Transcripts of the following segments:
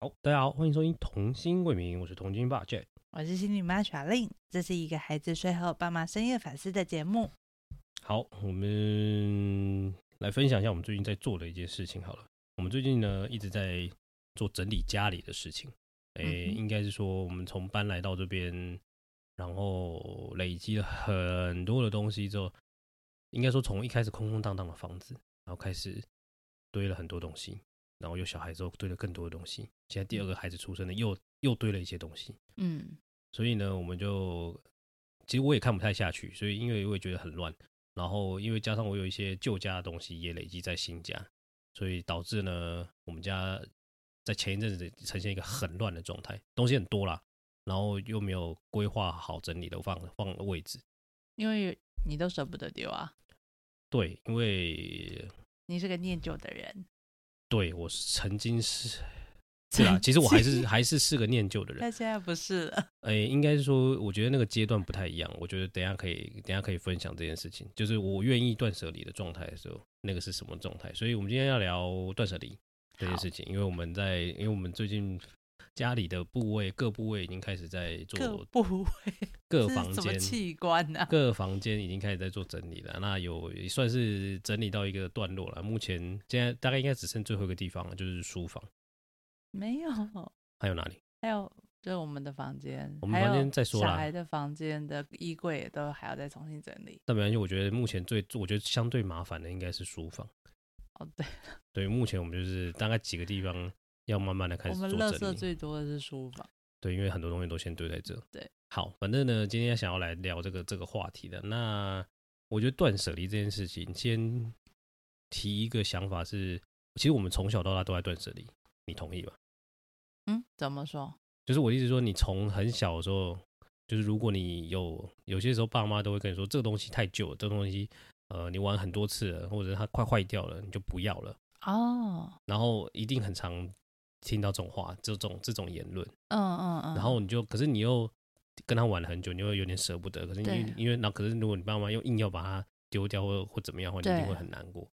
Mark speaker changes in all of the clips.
Speaker 1: 好，大家好，欢迎收听《童心未泯》，我是童军爸 Jack。
Speaker 2: 我是心理妈耍令，这是一个孩子睡后爸妈深夜反思的节目。
Speaker 1: 好，我们来分享一下我们最近在做的一件事情好了。我们最近呢一直在做整理家里的事情，诶、
Speaker 2: 嗯哼
Speaker 1: 应该是说我们从搬来到这边，然后累积了很多的东西之后，应该说从一开始空空荡荡的房子，然后开始堆了很多东西，然后有小孩之后堆了更多的东西，现在第二个孩子出生了，又又堆了一些东西，
Speaker 2: 嗯
Speaker 1: 所以呢，我们就其实我也看不太下去，所以因为我也觉得很乱，然后因为加上我有一些旧家的东西也累积在新家，所以导致呢，我们家在前一阵子呈现一个很乱的状态，东西很多啦，然后又没有规划好整理的放放的位置。
Speaker 2: 因为你都舍不得丢啊，
Speaker 1: 对，因为
Speaker 2: 你是个念旧的人。
Speaker 1: 对我是曾经是是啦，啊其实我还 是还是是个念旧的人，
Speaker 2: 但现在不是了。
Speaker 1: 哎、应该是说，我觉得那个阶段不太一样。我觉得等一下可以，等一下可以分享这件事情，就是我愿意断舍离的状态的时候，那个是什么状态？所以我们今天要聊断舍离这件事情，因为我们在，因为我们最近家里的部位各部位已经开始在
Speaker 2: 各
Speaker 1: 做
Speaker 2: 部位
Speaker 1: 各
Speaker 2: 这
Speaker 1: 房
Speaker 2: 是什么
Speaker 1: 间
Speaker 2: 器官呢、
Speaker 1: 各房间已经开始在做整理了，那有也算是整理到一个段落了。目前现在大概应该只剩最后一个地方了，就是书房，
Speaker 2: 没有，
Speaker 1: 还有哪里？
Speaker 2: 还有就是我们的房间，
Speaker 1: 我们房间
Speaker 2: 还有
Speaker 1: 再说啦
Speaker 2: 小孩的房间的衣柜也都还要再重新整理。
Speaker 1: 但没关系，我觉得目前最我觉得相对麻烦的应该是书房。
Speaker 2: 哦，对，
Speaker 1: 对，目前我们就是大概几个地方要慢慢的开
Speaker 2: 我
Speaker 1: 始
Speaker 2: 们
Speaker 1: 做
Speaker 2: 垃
Speaker 1: 整
Speaker 2: 圾
Speaker 1: 理。
Speaker 2: 最多的是书房。
Speaker 1: 对，因为很多东西都先堆在这。
Speaker 2: 对，
Speaker 1: 好，反正呢，今天想要来聊这个这个话题的。那我觉得断舍离这件事情，先提一个想法是，其实我们从小到大都在断舍离，你同意吗？
Speaker 2: 嗯，怎么说？
Speaker 1: 就是我的意思说，你从很小的时候，就是如果你有有些时候，爸妈都会跟你说，这个东西太旧了，这个东西呃，你玩很多次了，或者它快坏掉了，你就不要了。
Speaker 2: 哦，
Speaker 1: 然后一定很常听到这种话，这种这种言论，
Speaker 2: 嗯嗯嗯。
Speaker 1: 然后你就，可是你又跟他玩了很久，你又有点舍不得，可是因为
Speaker 2: 对
Speaker 1: 因为那可是如果你爸妈又硬要把它丢掉或或怎么样的话，你一定
Speaker 2: 对
Speaker 1: 会很难过。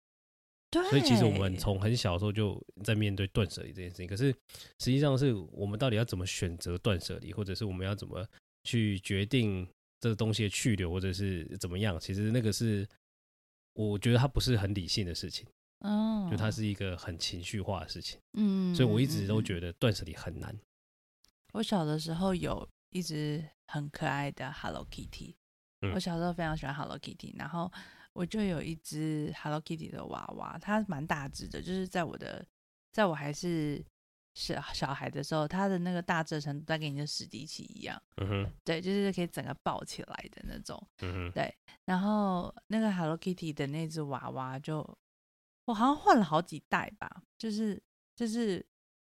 Speaker 2: 对，
Speaker 1: 所以其实我们从很小的时候就在面对断舍离这件事情，可是实际上是我们到底要怎么选择断舍离，或者是我们要怎么去决定这个东西的去留，或者是怎么样？其实那个是我觉得它不是很理性的事情，
Speaker 2: 嗯，
Speaker 1: 就它是一个很情绪化的事情。
Speaker 2: 嗯，
Speaker 1: 所以我一直都
Speaker 2: 得。嗯
Speaker 1: 觉得断舍离很难。
Speaker 2: 我小的时候有一只很可爱的 Hello Kitty，、
Speaker 1: 嗯
Speaker 2: 我小时候非常喜欢 Hello Kitty，然后我就有一只 Hello Kitty 的娃娃，它蛮大只的，就是在我的，在我还是小小孩的时候，它的那个大只的程度大概跟你的史迪奇一样，
Speaker 1: 嗯哼，
Speaker 2: 对，就是可以整个抱起来的那种。
Speaker 1: 嗯哼，
Speaker 2: 然后那个 Hello Kitty 的那只娃娃就，我好像换了好几代吧，就是就是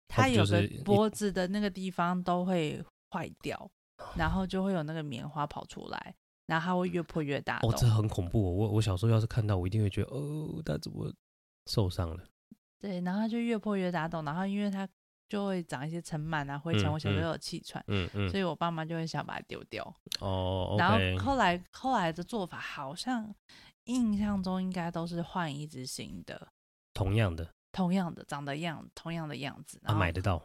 Speaker 1: 它
Speaker 2: 它
Speaker 1: 哦不就
Speaker 2: 有
Speaker 1: 是
Speaker 2: 个
Speaker 1: 一
Speaker 2: 脖子的那个地方都会坏掉，然后就会有那个棉花跑出来，然后它会越破越大洞。
Speaker 1: 哦，这很恐怖、哦。我我小时候要是看到，我一定会觉得，哦，他怎么受伤了？
Speaker 2: 对，然后它就越破越大洞，然后因为它就会长一些尘螨啊、灰尘，
Speaker 1: 嗯
Speaker 2: 我小时
Speaker 1: 嗯
Speaker 2: 候有气喘。
Speaker 1: 嗯嗯
Speaker 2: 所，以我爸妈就会想把它丢掉，
Speaker 1: 哦
Speaker 2: 然
Speaker 1: ，OK，
Speaker 2: 后后来后来的做法好像印象中应该都是换一只新的，
Speaker 1: 同样的，
Speaker 2: 同样的长得样，同样的样子，然
Speaker 1: 他
Speaker 2: 后
Speaker 1: 啊买得到。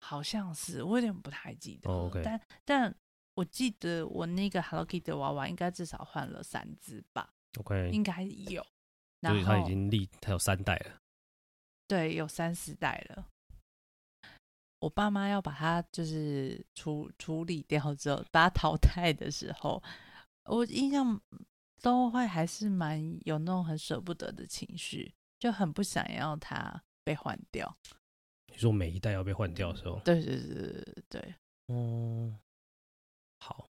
Speaker 2: 好像是，我有点不太记得了。
Speaker 1: 哦，OK
Speaker 2: 但但我记得我那个 Hello Kitty 的娃娃应该至少换了三只吧，
Speaker 1: OK，
Speaker 2: 应该有。嗯然
Speaker 1: 所
Speaker 2: 后
Speaker 1: 以他已经立，他有三代了。
Speaker 2: 对有三四代了。我爸妈要把它就是处处理掉之后，把它淘汰的时候，我印象都会还是蛮有那种很舍不得的情绪，就很不想要它被换掉。
Speaker 1: 你说每一代要被换掉的时候，
Speaker 2: 对对对对对对。嗯
Speaker 1: 哦，好。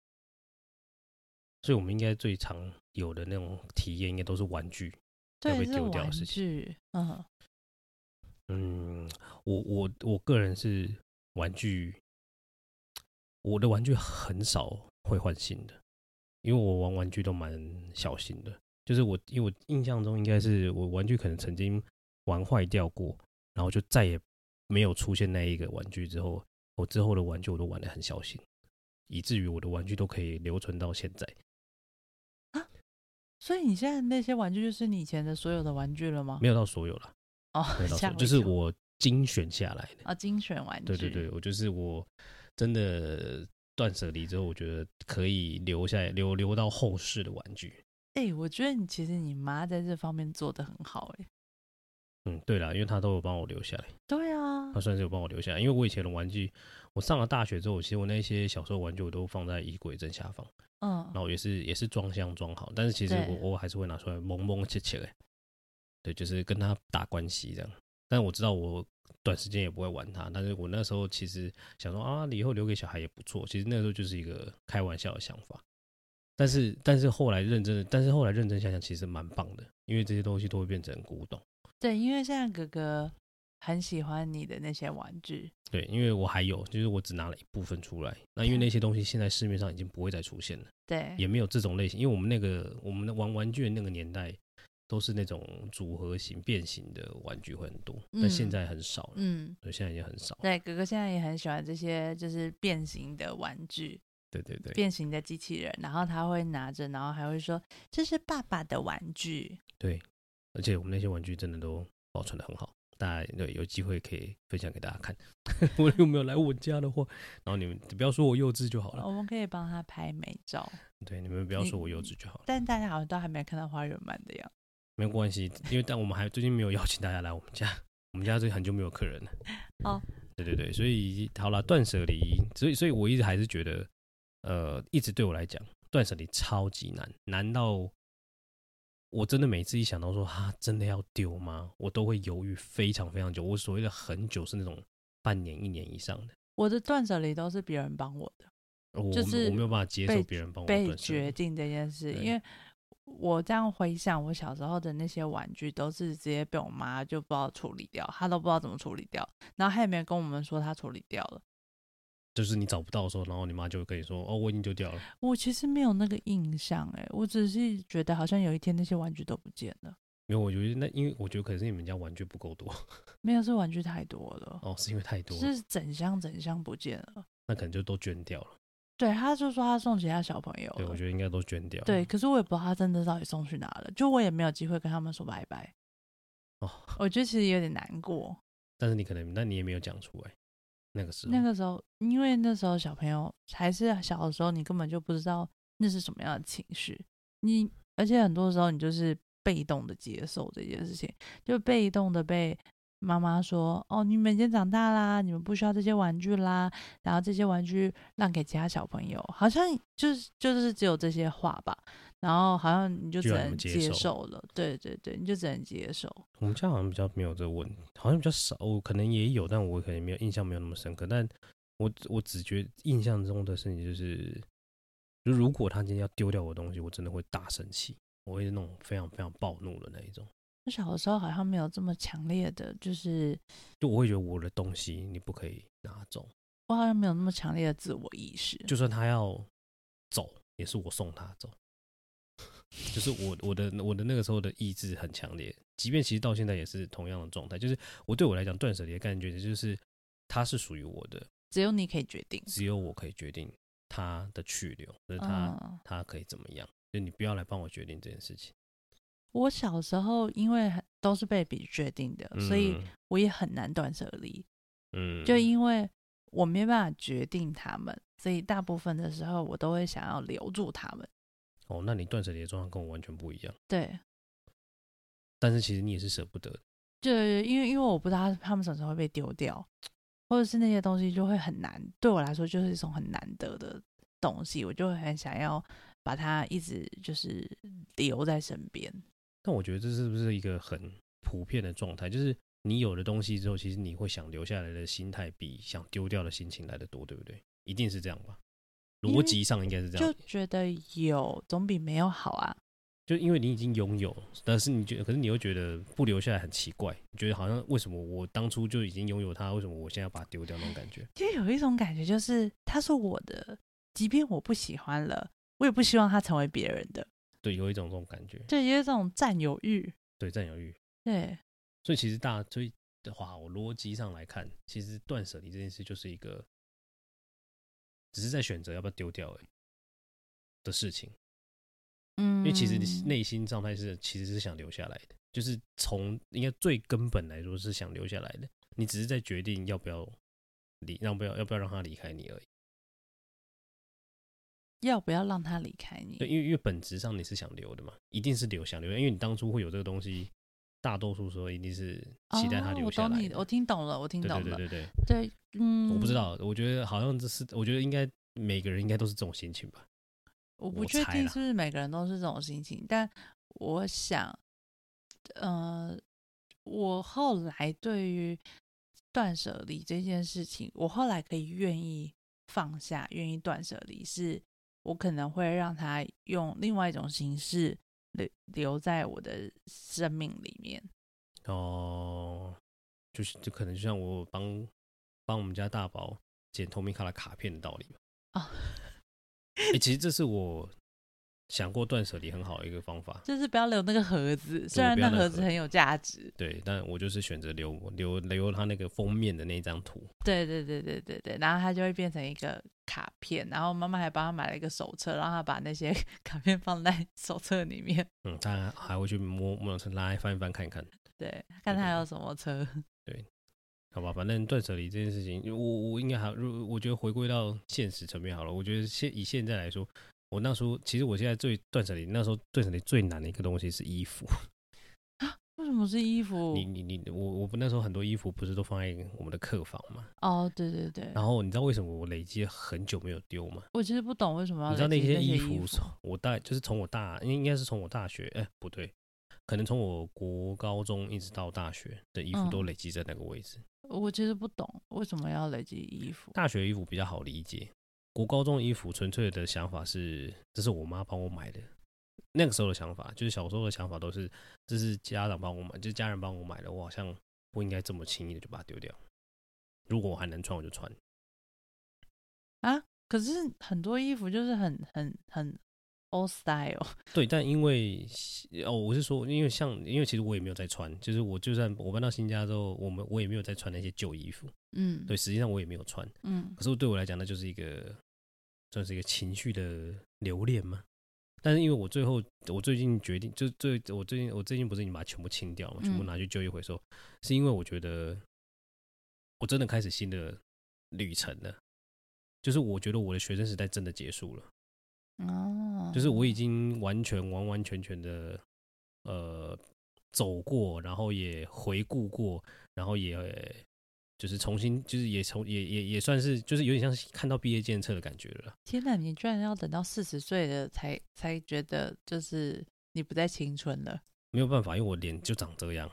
Speaker 1: 所以我们应该最常有的那种体验，应该都是玩具。要
Speaker 2: 对，
Speaker 1: 被
Speaker 2: 是
Speaker 1: 丢
Speaker 2: 玩
Speaker 1: 掉的事
Speaker 2: 具。嗯，
Speaker 1: 嗯，我我我个人是玩具，我的玩具很少会换新的，因为我玩玩具都蛮小心的。就是我，因为我印象中应该是我玩具可能曾经玩坏掉过，然后就再也没有出现那一个玩具之后，我之后的玩具我都玩的很小心，以至于我的玩具都可以留存到现在。
Speaker 2: 所以你现在那些玩具就是你以前的所有的玩具了吗？
Speaker 1: 没有到所有了，
Speaker 2: 哦
Speaker 1: 没有，到所
Speaker 2: 吓
Speaker 1: 有，
Speaker 2: 我
Speaker 1: 就
Speaker 2: 一
Speaker 1: 是
Speaker 2: 跳
Speaker 1: 我精选下来的。
Speaker 2: 啊，精选玩具，
Speaker 1: 对对对，我就是我真的断舍离之后，我觉得可以留下来，留留到后世的玩具。
Speaker 2: 哎、我觉得你其实你妈在这方面做的很好、哎，
Speaker 1: 嗯，对啦，因为他都有帮我留下来，
Speaker 2: 对啊
Speaker 1: 他，算是有帮我留下来。因为我以前的玩具，我上了大学之后，其实我那些小时候玩具我都放在衣柜正下方，
Speaker 2: 嗯
Speaker 1: 然，后也是也是装箱装好，但是其实
Speaker 2: 对
Speaker 1: 我偶尔还是会拿出来蒙蒙切切哎，对，就是跟他打关系这样。但我知道我短时间也不会玩它，但是我那时候其实想说啊，以后留给小孩也不错。其实那时候就是一个开玩笑的想法，但是但是后来认真的，但是后来认真想想，其实蛮棒的，因为这些东西都会变成古董。
Speaker 2: 对，因为现在哥哥很喜欢你的那些玩具，
Speaker 1: 对，因为我还有，就是我只拿了一部分出来。那因为那些东西现在市面上已经不会再出现了。
Speaker 2: 对，
Speaker 1: 也没有这种类型，因为我们那个我们的玩玩具的那个年代都是那种组合型、变形的玩具会很多，但现
Speaker 2: 嗯
Speaker 1: 在很少了，
Speaker 2: 嗯，
Speaker 1: 对，现在已经很少了。
Speaker 2: 对，哥哥现在也很喜欢这些就是变形的玩具，
Speaker 1: 对对对
Speaker 2: 变形的机器人，然后他会拿着，然后还会说这是爸爸的玩具，
Speaker 1: 对，而且我们那些玩具真的都保存的很好，大家对有机会可以分享给大家看。 我有没有来我家的话，然后你们不要说我幼稚就好了，
Speaker 2: 我们可以帮他拍美照，
Speaker 1: 对，你们不要
Speaker 2: 哦你
Speaker 1: 说我幼稚就好了，
Speaker 2: 但大家好像都还没看到花园版的样子。
Speaker 1: 没有关系，因为但我们还最近没有邀请大家来我们家，我们家最近很久没有客人了。
Speaker 2: 哦，
Speaker 1: 对对对，所以好啦，断舍离，所以所以我一直还是觉得，呃，一直对我来讲，断舍离超级难，难到我真的每次一想到说啊，真的要丢吗？我都会犹豫非常非常久。我所谓的很久是那种半年、一年以上的，
Speaker 2: 我的断舍离都是别人帮我的，
Speaker 1: 我我
Speaker 2: 就是
Speaker 1: 我没有办法接受
Speaker 2: 被
Speaker 1: 别人哦帮我
Speaker 2: 被
Speaker 1: 断舍
Speaker 2: 决
Speaker 1: 离。
Speaker 2: 定这件事，
Speaker 1: 对
Speaker 2: 因为我这样回想，我小时候的那些玩具都是直接被我妈就不知道处理掉，她都不知道怎么处理掉，然后她也没有跟我们说她处理掉了。
Speaker 1: 就是你找不到的时候，然后你妈就会跟你说：“哦，我已经丢掉了。
Speaker 2: 我其实没有那个印象、欸，我只是觉得好像有一天那些玩具都不见了，”
Speaker 1: 因为我觉得那，因为我觉得可能是你们家玩具不够多
Speaker 2: 没有是玩具太多了，
Speaker 1: 哦，是因为太多，
Speaker 2: 是整箱整箱不见了。
Speaker 1: 那可能就都捐掉了。
Speaker 2: 对，她就说她送其他小朋友
Speaker 1: 对，我
Speaker 2: 了，
Speaker 1: 觉得应该都捐掉了。
Speaker 2: 哦对，可是我也不知道她真的到底送去哪了，就我也没有机会跟他们说拜拜，
Speaker 1: 哦，
Speaker 2: 我觉得其实有点难过。
Speaker 1: 但是你可能，那你也没有讲出来。那个时候，
Speaker 2: 那个时候，因为那时候小朋友还是小的时候，你根本就不知道那是什么样的情绪，你而且很多时候你就是被动的接受这件事情，就被动的被妈妈说：“哦，你们已经长大啦，你们不需要这些玩具啦。”然后这些玩具让给其他小朋友，好像就是就是只有这些话吧。然后好像你就
Speaker 1: 就
Speaker 2: 只
Speaker 1: 让你
Speaker 2: 能
Speaker 1: 们接
Speaker 2: 接
Speaker 1: 受
Speaker 2: 受了，对对对，你就只能接受。
Speaker 1: 我们家好像比较没有这个问题，好像比较少，我可能也有，但我可能没有印象，没有那么深刻。但我我只觉得印象中的事情就是，就如果他今天要丢掉我的东西，我真的会大生气，我会是那种非常非常暴怒的那一种。
Speaker 2: 我小的时候好像没有这么强烈的，就是
Speaker 1: 就我会觉得我的东西你不可以拿走，
Speaker 2: 我好像没有那么强烈的自我意识。
Speaker 1: 就算他要走，也是我送他走。 就是我我的我的那个时候的意志很强烈，即便其实到现在也是同样的状态。就是我对我来讲，断舍离的感觉就是它是属于我的，
Speaker 2: 只有你可以决定。
Speaker 1: 只有我可以决定它的去留，就是它、
Speaker 2: 嗯，
Speaker 1: 它可以怎么样，就你不要来帮我决定这件事情。
Speaker 2: 我小时候因为很都是被别人决定的，所以
Speaker 1: 嗯
Speaker 2: 我也很难断舍离，
Speaker 1: 嗯，
Speaker 2: 就因为我没办法决定他们，所以大部分的时候我都会想要留住他们。
Speaker 1: 哦，那你断舍离的状况跟我完全不一样，
Speaker 2: 对，
Speaker 1: 但是其实你也是舍不得的，
Speaker 2: 就因为因为我不知道他们什么时候会被丢掉，或者是那些东西就会很难，对我来说就是一种很难得的东西，我就会很想要把它一直就是留在身边。
Speaker 1: 但我觉得这是不是一个很普遍的状态？就是你有了东西之后，其实你会想留下来的心态比想丢掉的心情来的多，对不对？一定是这样吧？
Speaker 2: 因
Speaker 1: 逻
Speaker 2: 为
Speaker 1: 辑上应该是这
Speaker 2: 就
Speaker 1: 样，
Speaker 2: 觉得有总比没有好啊。
Speaker 1: 就因为你已经拥有，但是你觉得，可是你又觉得不留下来很奇怪，你觉得好像为什么我当初就已经拥有它，为什么我现在要把它丢掉那种感觉？
Speaker 2: 就有一种感觉，就是它是我的，即便我不喜欢了，我也不希望它成为别人的，
Speaker 1: 对，有一种这种感觉，
Speaker 2: 就有一种占有欲。
Speaker 1: 对占有欲。
Speaker 2: 对，
Speaker 1: 所以其实大所以的话，我逻辑上来看，其实断舍离这件事就是一个，只是在选择要不要丢掉而已的事情。因
Speaker 2: 嗯，
Speaker 1: 为其实你内心状态是其实是想留下来的，就是从应该最根本来说是想留下来的。你只是在决定要不要离，让不要要不要让他离开你而已。
Speaker 2: 要不要让他离开
Speaker 1: 对，
Speaker 2: 你？
Speaker 1: 因为因为本质上你是想留的嘛，一定是留想留的，因为你当初会有这个东西，大多数时候一定是期待他
Speaker 2: 哦
Speaker 1: 留
Speaker 2: 我
Speaker 1: 下
Speaker 2: 懂
Speaker 1: 来
Speaker 2: 你
Speaker 1: 的。
Speaker 2: 我听懂了，我听
Speaker 1: 对
Speaker 2: 懂
Speaker 1: 对
Speaker 2: 了。
Speaker 1: 对对对，
Speaker 2: 对嗯，
Speaker 1: 我不知，道，我觉得好像这是，我觉得应该每个人应该都是这种心情吧。
Speaker 2: 我不
Speaker 1: 我
Speaker 2: 确
Speaker 1: 猜
Speaker 2: 定
Speaker 1: 啦
Speaker 2: 是不是每个人都是这种心情，但我想，呃，我后来对于断舍离这件事情，我后来可以愿意放下，愿意断舍离，是我可能会让他用另外一种形式留留在我的生命里面。
Speaker 1: 哦，就是就可能就像我帮帮我们家大宝剪透明卡的卡片的道理嘛。
Speaker 2: 啊
Speaker 1: 哎、其实这是我想过断舍离很好的一个方法。
Speaker 2: 就是不要留那个盒子，虽
Speaker 1: 对
Speaker 2: 然
Speaker 1: 不要
Speaker 2: 那
Speaker 1: 那个
Speaker 2: 盒子
Speaker 1: 盒
Speaker 2: 很有价值。
Speaker 1: 对，但我就是选择留留留他那个封面的那一张图。
Speaker 2: 对对对对对对，然后它就会变成一个卡片，然后妈妈还帮他买了一个手册，让他把那些 卡片放在 手册里面，
Speaker 1: 嗯，他还会去摸摸拉来翻一翻看看，
Speaker 2: 对，看他还有什么车。
Speaker 1: 好吧？反正断舍离这件事情，我我应该还，如我觉得回归到现实层面好了。我觉得现以现在来说，我那时候其实我现在最断舍离，那时候断舍离最难的一个东西是衣服。
Speaker 2: 为什么是衣服
Speaker 1: 你？你你我我那时候很多衣服不是都放在我们的客房嘛？
Speaker 2: 哦，对对对，
Speaker 1: 然后你知道为什么我累积了很久没有丢吗？
Speaker 2: 我其实不懂为什么要
Speaker 1: 你知道
Speaker 2: 啊累
Speaker 1: 那
Speaker 2: 积那
Speaker 1: 些
Speaker 2: 衣
Speaker 1: 衣服从我大就是从我大应应该是从我大学哎、不对，可能从我国高中一直到大学的衣服
Speaker 2: 嗯
Speaker 1: 都累积在那个位置。
Speaker 2: 我其实不懂为什么要累积衣服。
Speaker 1: 大学衣服比较好理解，国高中衣服纯粹的想法是这是我妈帮我买的。那个时候的想法，就是小时候的想法都是，这是家长帮我买，就是家人帮我买的，我好像不应该这么轻易的就把它丢掉。如果我还能穿，我就穿。
Speaker 2: 可是很多衣服就是很很很 old style，
Speaker 1: 对，但因为哦，我是说，因为像，因为其实我也没有在穿，就是我就算我搬到新家之后，我们我也没有在穿那些旧衣服，
Speaker 2: 嗯，
Speaker 1: 对，，实际上我也没有穿。
Speaker 2: 嗯
Speaker 1: 可是对我来讲，那就是一个算是一个情绪的留恋嘛。但是因为我最后，我最近决定，就最我最近我最近不是已经把它全部清掉嘛，全部
Speaker 2: 嗯
Speaker 1: 拿去旧衣回收，是因为我觉得我真的开始新的旅程了，就是我觉得我的学生时代真的结束了。
Speaker 2: 哦，
Speaker 1: 就是我已经完全完完全全的呃走过，然后也回顾过，然后也就是重新就是也从也也也算是就是有点像是看到毕业检测的感觉了啦。
Speaker 2: 天哪，你居然要等到四十岁了才才觉得就是你不再青春了，
Speaker 1: 没有办法，因为我脸就长这样，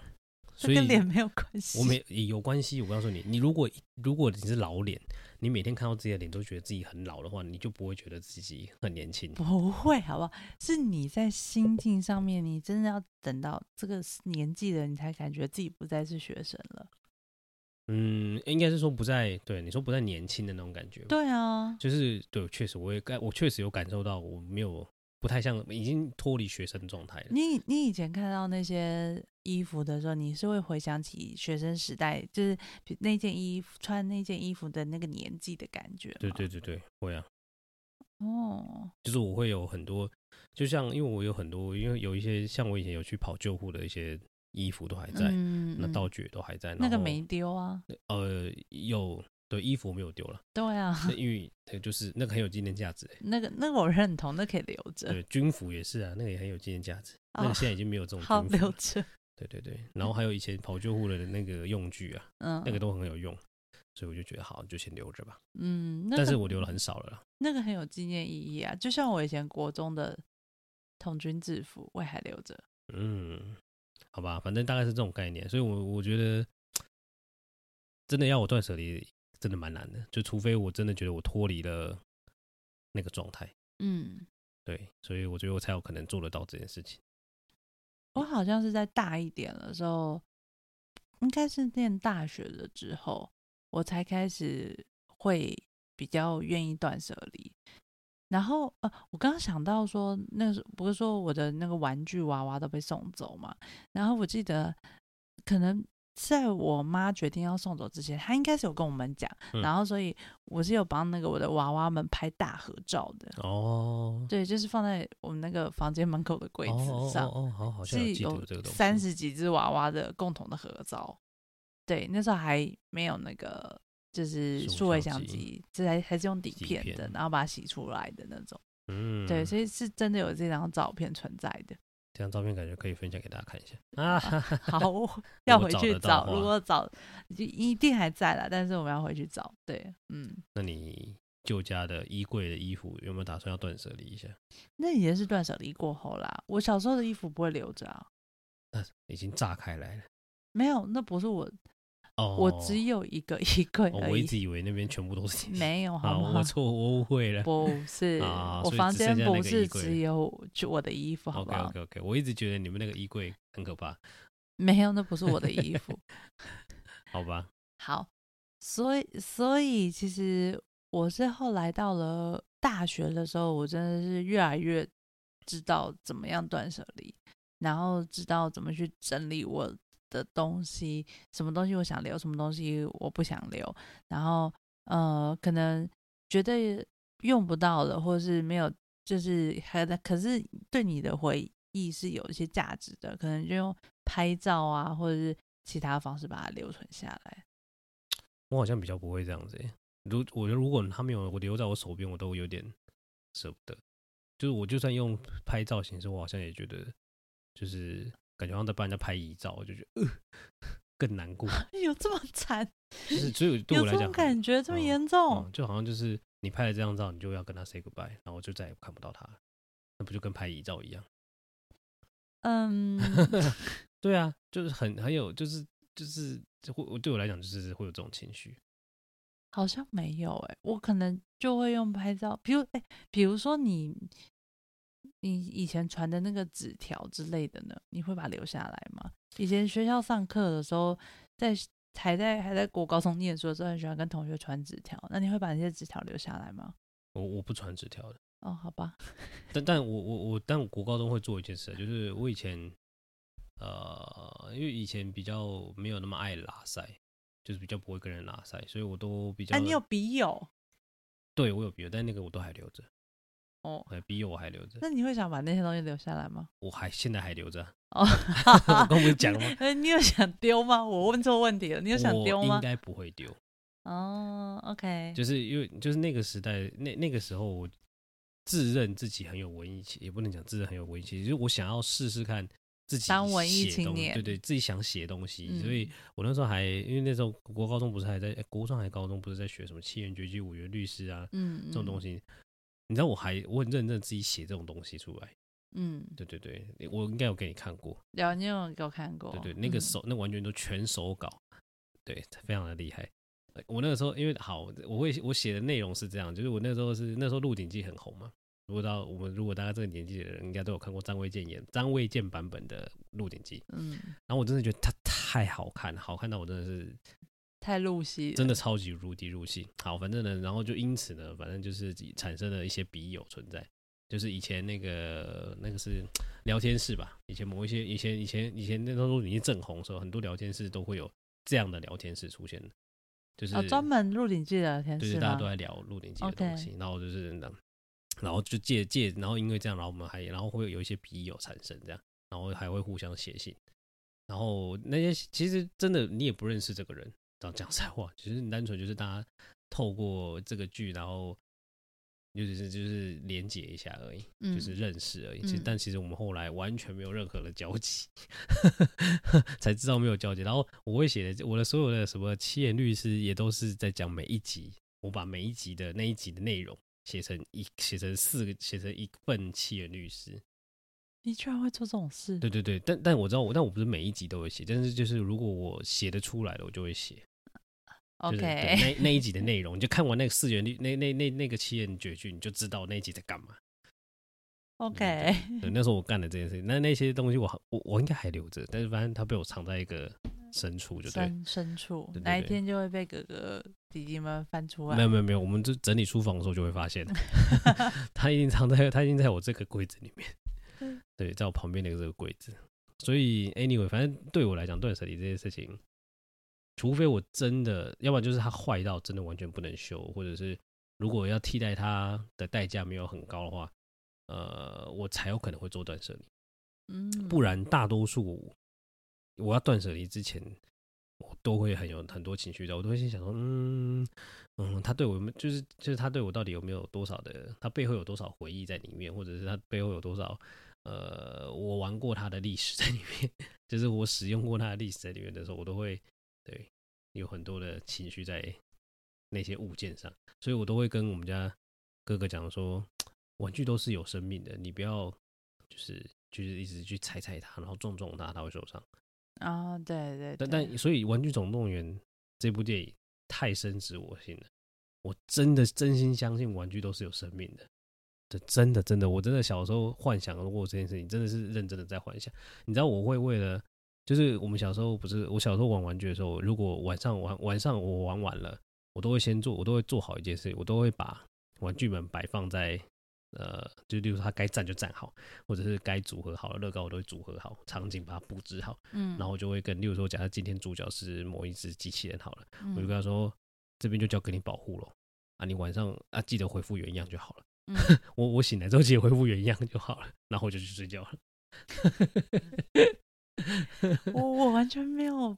Speaker 1: 所
Speaker 2: 这
Speaker 1: 以
Speaker 2: 跟脸没有关系。
Speaker 1: 我每也有关系。我告诉你，你如果如果你是老脸，你每天看到自己的脸都觉得自己很老的话，你就不会觉得自己很年轻。
Speaker 2: 不会，好不好？是你在心境上面，你真的要等到这个年纪了，你才感觉自己不再是学生了。
Speaker 1: 嗯，应该是说不再对你说不再年轻的那种感觉吧。
Speaker 2: 对啊，
Speaker 1: 就是对，确实我也感，我确实有感受到，我没有不太像，已经脱离学生状态了。
Speaker 2: 你你以前看到那些衣服的时候，你是会回想起学生时代，就是比那件衣服穿那件衣服的那个年纪的感觉。
Speaker 1: 对，对对对，会啊，
Speaker 2: 哦，
Speaker 1: 就是我会有很多，就像因为我有很多，因为有一些像我以前有去跑救护的一些衣服都还在，
Speaker 2: 嗯
Speaker 1: 那
Speaker 2: 嗯
Speaker 1: 道具也都还在，
Speaker 2: 那
Speaker 1: 然
Speaker 2: 个
Speaker 1: 后
Speaker 2: 没丢啊，
Speaker 1: 呃有对衣服没有丢了，
Speaker 2: 对啊，
Speaker 1: 那因为那个就是那个很有纪念价值、欸，
Speaker 2: 那个那个我认同，那可以留着，
Speaker 1: 对军服也是啊，那个也很有纪念价值，那
Speaker 2: 哦
Speaker 1: 个现在已经没有这种
Speaker 2: 好
Speaker 1: 军服
Speaker 2: 留
Speaker 1: 了，
Speaker 2: 着，
Speaker 1: 对对对，然后还有以前跑救护的那个用具啊，
Speaker 2: 嗯，
Speaker 1: 那个都很有用，所以我就觉得好就先留着吧。
Speaker 2: 嗯，那
Speaker 1: 但
Speaker 2: 个
Speaker 1: 是我留了很少了啦。
Speaker 2: 那个很有纪念意义啊，就像我以前国中的童军制服，我也还留着。
Speaker 1: 嗯，好吧，反正大概是这种概念，所以我我觉得真的要我断舍离，真的蛮难的，就除非我真的觉得我脱离了那个状态，
Speaker 2: 嗯，
Speaker 1: 对，所以我觉得我才有可能做得到这件事情。
Speaker 2: 我好像是在大一点的时候，应该是念大学了之后，我才开始会比较愿意断舍离。然后呃，我刚刚想到说，那个时候不是说我的那个玩具娃娃都被送走嘛？然后我记得，可能在我妈决定要送走之前，她应该是有跟我们讲，
Speaker 1: 嗯
Speaker 2: 然后所以我是有帮那个我的娃娃们拍大合照的。
Speaker 1: 哦，
Speaker 2: 对，就是放在我们那个房间门口的柜
Speaker 1: 哦
Speaker 2: 子上，
Speaker 1: 哦哦哦，好，好像有
Speaker 2: 是
Speaker 1: 记得有这个东西。
Speaker 2: 三十几只娃娃的共同的合照。对，那时候还没有那个就是
Speaker 1: 数
Speaker 2: 数位
Speaker 1: 相
Speaker 2: 相
Speaker 1: 机
Speaker 2: 机，这还还是用底
Speaker 1: 底
Speaker 2: 片的，
Speaker 1: 片
Speaker 2: 然后把它洗出来的那种。
Speaker 1: 嗯，
Speaker 2: 对，所以是真的有这张照片存在 的。
Speaker 1: 这张照片感觉可以分享给大家看一下啊，哈哈
Speaker 2: 好，要
Speaker 1: 果
Speaker 2: 回
Speaker 1: 找
Speaker 2: 去
Speaker 1: 得到
Speaker 2: 找，
Speaker 1: 的
Speaker 2: 如
Speaker 1: 话
Speaker 2: 果找就一定还在啦，但是我们要回去找。对，嗯，
Speaker 1: 那你旧家的衣柜的衣服有没有打算要断舍离一下？
Speaker 2: 那已经是断舍离过后啦。我小时候的衣服不会留着啊，
Speaker 1: 那已经炸开来了
Speaker 2: 没有，那不是我，
Speaker 1: 哦，
Speaker 2: 我只有一哦个 衣柜
Speaker 1: 哦
Speaker 2: 而
Speaker 1: 我一
Speaker 2: 已，
Speaker 1: 直以为那边全部 都是你，
Speaker 2: 没有
Speaker 1: 啊，
Speaker 2: 好吗
Speaker 1: 我？错，我误会了。
Speaker 2: 不是，
Speaker 1: 啊
Speaker 2: 我
Speaker 1: 所以
Speaker 2: 房
Speaker 1: 只剩
Speaker 2: 间
Speaker 1: 下那
Speaker 2: 不
Speaker 1: 个
Speaker 2: 是
Speaker 1: 衣柜
Speaker 2: 只有就我的衣服，好不
Speaker 1: OK
Speaker 2: 好？
Speaker 1: OK OK，我一直觉得你们那个衣柜很可怕，
Speaker 2: 没有，那不是我的衣服。
Speaker 1: 好吧？
Speaker 2: 好，所以所以其实我是后来到了大学的时候，我真的是越来越知道怎么样断舍离，然后知道怎么去整理我的东西，什么东西我想留，什么东西我不想留，然后呃，可能觉得用不到了，或是没有，就是还在，可是对你的回忆是有一些价值的，可能就用拍照啊，或者是其他方式把它留存下来。
Speaker 1: 我好像比较不会这样子欸、如我觉得如果他没有我留在我手边，我都有点舍不得。就是我就算用拍照形式，我好像也觉得就是感觉好像在帮人家拍遗照，我就觉得、呃、更难 过。
Speaker 2: 有这么惨？
Speaker 1: 就是所以对
Speaker 2: 有
Speaker 1: 我来
Speaker 2: 这
Speaker 1: 讲
Speaker 2: 种
Speaker 1: 很，
Speaker 2: 感觉这么
Speaker 1: 嗯
Speaker 2: 严重？
Speaker 1: 嗯就好像就是你拍了这张照，你就要跟他 say goodbye，然后我就再也看不到他了，那不就跟拍遗照一样？
Speaker 2: 嗯，
Speaker 1: 对啊，就是很很有，就是就是就会对我来讲，就是会有这种情绪。
Speaker 2: 好像没有哎、我可能就会用拍照，比如哎、比如说你你以前传的那个纸条之类的呢，你会把它留下来吗？以前学校上课的时候，在还在还在国高中念书的时候，很喜欢跟同学传纸条，那你会把那些纸条留下来吗？
Speaker 1: 我我不传纸条的。
Speaker 2: 哦，好吧，
Speaker 1: 但但我我我，但我国高中会做一件事，啊就是我以前，呃，因为以前比较没有那么爱拉塞，就是比较不会跟人拉塞，所以我都比较。
Speaker 2: 哎、你有笔友
Speaker 1: 对我有笔友，但那个我都还留着，
Speaker 2: 哦，
Speaker 1: 呃，笔友我还留着，
Speaker 2: 那你会想把那些东西留下来吗？
Speaker 1: 我还现在还留 着啊。，
Speaker 2: 哦
Speaker 1: 我刚不是讲了吗？
Speaker 2: 哎，你有想丢吗？我问错问题了，你有想
Speaker 1: 我
Speaker 2: 丢吗
Speaker 1: 应？该不会丢，
Speaker 2: 哦，OK，
Speaker 1: 就是因为就是那个时代，那那个时候我自认自己很有文艺气，也不能讲自认很有文艺气，就是我想要试试看自己
Speaker 2: 当文艺
Speaker 1: 写
Speaker 2: 青
Speaker 1: 东
Speaker 2: 年
Speaker 1: 对对，自己想写东西，
Speaker 2: 嗯
Speaker 1: 所以我那时候还因为那时候国高中不是还在、哎国中还高中不是在学什么七言绝句、五言律诗啊
Speaker 2: 嗯，
Speaker 1: 这种东
Speaker 2: 西，
Speaker 1: 西，你知道我还我很认真地自己写这种东西出来，
Speaker 2: 嗯，
Speaker 1: 对对对，我应该有给你看过，
Speaker 2: 有你有给我看过，
Speaker 1: 对对，那个
Speaker 2: 嗯
Speaker 1: 手、那完全都全手稿，对，非常的厉害。呃我那个时候因为好，我会我写的内容是这样，就是我那时候是那时候《鹿鼎记》很红嘛。如果到我们如果大家这个年纪的人，应该都有看过张卫健演张卫健版本的《鹿鼎记》，
Speaker 2: 嗯，
Speaker 1: 然后我真的觉得它太好看，好看到我真的是
Speaker 2: 太入戏了，
Speaker 1: 真的超级入敌入戏。好，反正呢，然后就因此呢，反正就是产生了一些笔友存在，就是以前那个那个是聊天室吧，以前某一些以前以前以前那时候已经正红的时候，很多聊天室都会有这样的聊天室出现，就是
Speaker 2: 哦，专门入领记的天
Speaker 1: 对
Speaker 2: 是
Speaker 1: 对，大家
Speaker 2: 吗
Speaker 1: 都？在聊鹿鼎记的东
Speaker 2: OK
Speaker 1: 西，然后就是那，然后就借借，然后因为这样，然后我们还然后会有一些笔友产生这样，然后还会互相写信，然后那些其实真的你也不认识这个人，讲讲实在话，其实单纯就是大家透过这个剧，然后就是就是连接一下而已，
Speaker 2: 嗯
Speaker 1: 就是认识而已。其实
Speaker 2: 嗯
Speaker 1: 但其实我们后来完全没有任何的交集， 才知道没有交集。然后我会写的我的所有的什么七言律诗，也都是在讲每一集，我把每一集的那一集的内容写成一写成四个写成一份七言律诗。
Speaker 2: 你居然会做这种事，
Speaker 1: 对对对，但但我知道我但我不是每一集都会写，但是就是如果我写得出来了，我就会写。就是
Speaker 2: OK，
Speaker 1: 对那那一集的内容，你就看完那个四元律那那那那个七言绝句，你就知道那一集在干嘛。
Speaker 2: OK，
Speaker 1: 对，那时候我干了这件事情，那那些东西我还我我应该还留着，但是反正它被我藏在一个深处，就对。
Speaker 2: 深深处
Speaker 1: 对对
Speaker 2: 哪一
Speaker 1: 对
Speaker 2: 天就会被哥哥弟弟们翻出
Speaker 1: 没有
Speaker 2: 来，
Speaker 1: 没有没有，我们就整理书房的时候就会发现， 它已经藏在它已经在我这个柜子里面，对，在我旁边的这个柜子。所以 anyway，反正对我来讲，断舍离这件事情，除非我真的，要不然就是它坏到真的完全不能修，或者是如果要替代它的代价没有很高的话，呃，我才有可能会做断舍离。
Speaker 2: 嗯，
Speaker 1: 不然大多数我要断舍离之前，我都会很有很多情绪在，我都会心想说，嗯嗯，他对我有没有就是就是他对我到底有没有多少的，他背后有多少回忆在里面，或者是他背后有多少呃，我玩过他的历史在里面， 就是我使用过他的历史在里面的时候，我都会对有很多的情绪在那些物件上，所以我都会跟我们家哥哥讲说，玩具都是有生命的，你不要就是就是一直去踩踩它，然后撞撞它，它会受伤。
Speaker 2: 啊、对对对，
Speaker 1: 但但所以《玩具总动员》这部电影太深植我心了，我真的真心相信玩具都是有生命的。这真的真的，我真的小时候幻想过这件事情，真的是认真的在幻想。你知道我会为了，就是我们小时候不是我小时候玩玩具的时候，如果晚上玩晚上我玩完了，我都会先做，我都会做好一件事情，我都会把玩具们摆放在呃，就例如说它该站就站好，或者是该组合好的乐高我都会组合好，场景把它布置好，
Speaker 2: 嗯，
Speaker 1: 然后我就会跟，例如说，假设今天主角是某一只机器人好了，我
Speaker 2: 嗯
Speaker 1: 就跟他说，这边就交给你保护咯。啊，你晚上啊记得恢复原样就好了。
Speaker 2: 嗯
Speaker 1: 我我醒来之后记得恢复原样就好了，然后我就去睡觉了。
Speaker 2: 我我完全没有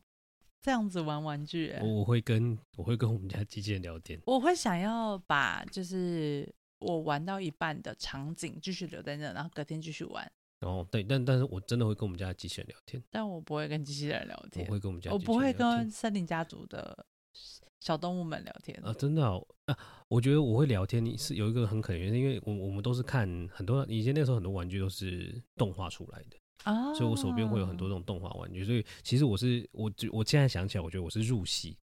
Speaker 2: 这样子玩玩具、欸，
Speaker 1: 我 我会跟我会跟我们家机器人聊天，
Speaker 2: 我会想要把就是我玩到一半的场景继续留在那，然后隔天继续玩，
Speaker 1: 然后对，但但是我真的会跟我们家机器人聊天，
Speaker 2: 但我不会跟机器人聊
Speaker 1: 我
Speaker 2: 天，
Speaker 1: 会跟我们家
Speaker 2: 我
Speaker 1: 机
Speaker 2: 不
Speaker 1: 器
Speaker 2: 会
Speaker 1: 人聊天
Speaker 2: 跟森林家族的小动物们聊天。
Speaker 1: 啊，真的哦啊，我觉得我会聊天是有一个很可能原因，因为我我们都是看很多以前那时候很多玩具都是动画出来的。
Speaker 2: 啊，
Speaker 1: 所以我手边会有很多这种动画玩具。所以其实我是我就我现在想起来，我觉得我是入戏，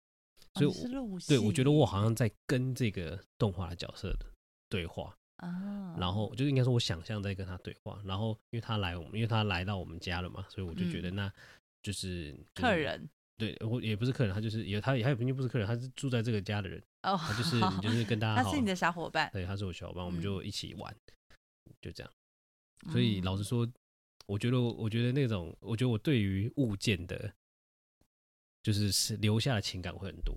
Speaker 2: 哦，
Speaker 1: 所以
Speaker 2: 你
Speaker 1: 我
Speaker 2: 是入戏
Speaker 1: 对我觉得我好像在跟这个动画的角色的对话，
Speaker 2: 啊，
Speaker 1: 然后就是应该说我想象在跟他对话，然后因为他来我们，因为他来到我们家了嘛，所以我就觉得
Speaker 2: 嗯
Speaker 1: 那就是
Speaker 2: 客。人
Speaker 1: 就是对，我也不是客人，他就是也他也他也并不是客人，他是住在这个家的人，
Speaker 2: 哦
Speaker 1: 他，就是你就是跟 大家
Speaker 2: 他
Speaker 1: 好
Speaker 2: 是，你的小伙伴，
Speaker 1: 对，他是我小伙伴，我们
Speaker 2: 嗯
Speaker 1: 就一起玩，就这样。所以老实
Speaker 2: 嗯
Speaker 1: 说，我觉得我我觉得那种，我觉得我对于物件的，就是是留下的情感会很多，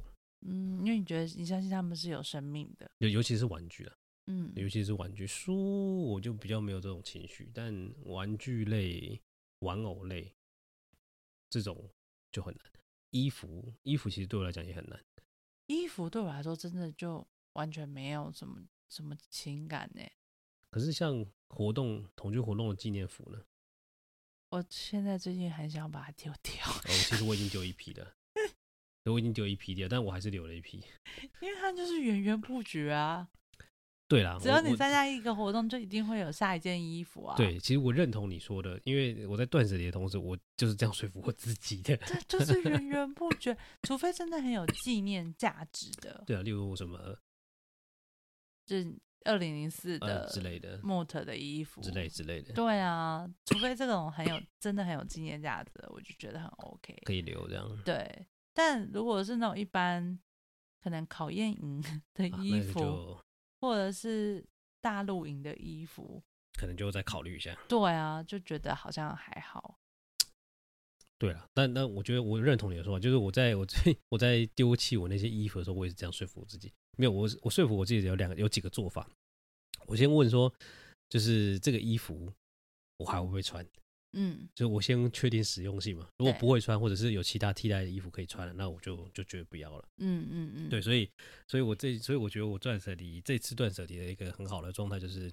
Speaker 2: 嗯，因为你觉得你相信他们是有生命的，
Speaker 1: 尤尤其是玩具啊，
Speaker 2: 嗯，
Speaker 1: 尤其是玩具书，我就比较没有这种情绪，但玩具类、玩偶类这种就很难。衣服，衣服其实对我来讲也很难。
Speaker 2: 衣服对我来说真的就完全没有什么什么情感呢、
Speaker 1: 可是像活动同居活动的纪念服呢，
Speaker 2: 我现在最近很想把它丢 掉，
Speaker 1: 哦，其实我已经丢一批 了，我已经丢一批掉，但我还是留了一批。
Speaker 2: 因为它就是源源不绝啊。
Speaker 1: 对啦，
Speaker 2: 只要
Speaker 1: 啊我
Speaker 2: 你
Speaker 1: 我
Speaker 2: 参加一个活动，就一定会有下一件衣服啊。，
Speaker 1: 对，其实我认同你说的，因为我在断舍离的同时，我就是这样说服我自己的。
Speaker 2: 这就是源源不绝，除非真的很有纪念价值的，
Speaker 1: 对啊，例如什么
Speaker 2: 就是二零零四
Speaker 1: 呃
Speaker 2: 的嗯
Speaker 1: 之类的、
Speaker 2: 木头的衣服
Speaker 1: 之类。之类的，
Speaker 2: 对啊，除非这种很有真的很有纪念价值的，我就觉得很 OK。
Speaker 1: 可以留这样。
Speaker 2: 对，但如果是那种一般可能考验营的
Speaker 1: 啊
Speaker 2: 衣
Speaker 1: 那个
Speaker 2: 服，
Speaker 1: 就
Speaker 2: 或者是大陆营的衣服，
Speaker 1: 可能就再考虑一下。
Speaker 2: 对啊，就觉得好像还好。
Speaker 1: 对了，但但我觉得我认同你的说法，就是我在我最我在丢弃我那些衣服的时候，我也是这样说服我自己。没有，我是我说服我自己有两个有几个做法。我先问说，就是这个衣服我还会不会穿？
Speaker 2: 嗯，
Speaker 1: 就是我先确定实用性嘛。如果
Speaker 2: 对
Speaker 1: 不会穿，或者是有其他替代的衣服可以穿了，那我就就觉得不要了。
Speaker 2: 嗯嗯嗯，
Speaker 1: 对，所以，所以我这，所以我觉得我断舍离这次断舍离的一个很好的状态就是，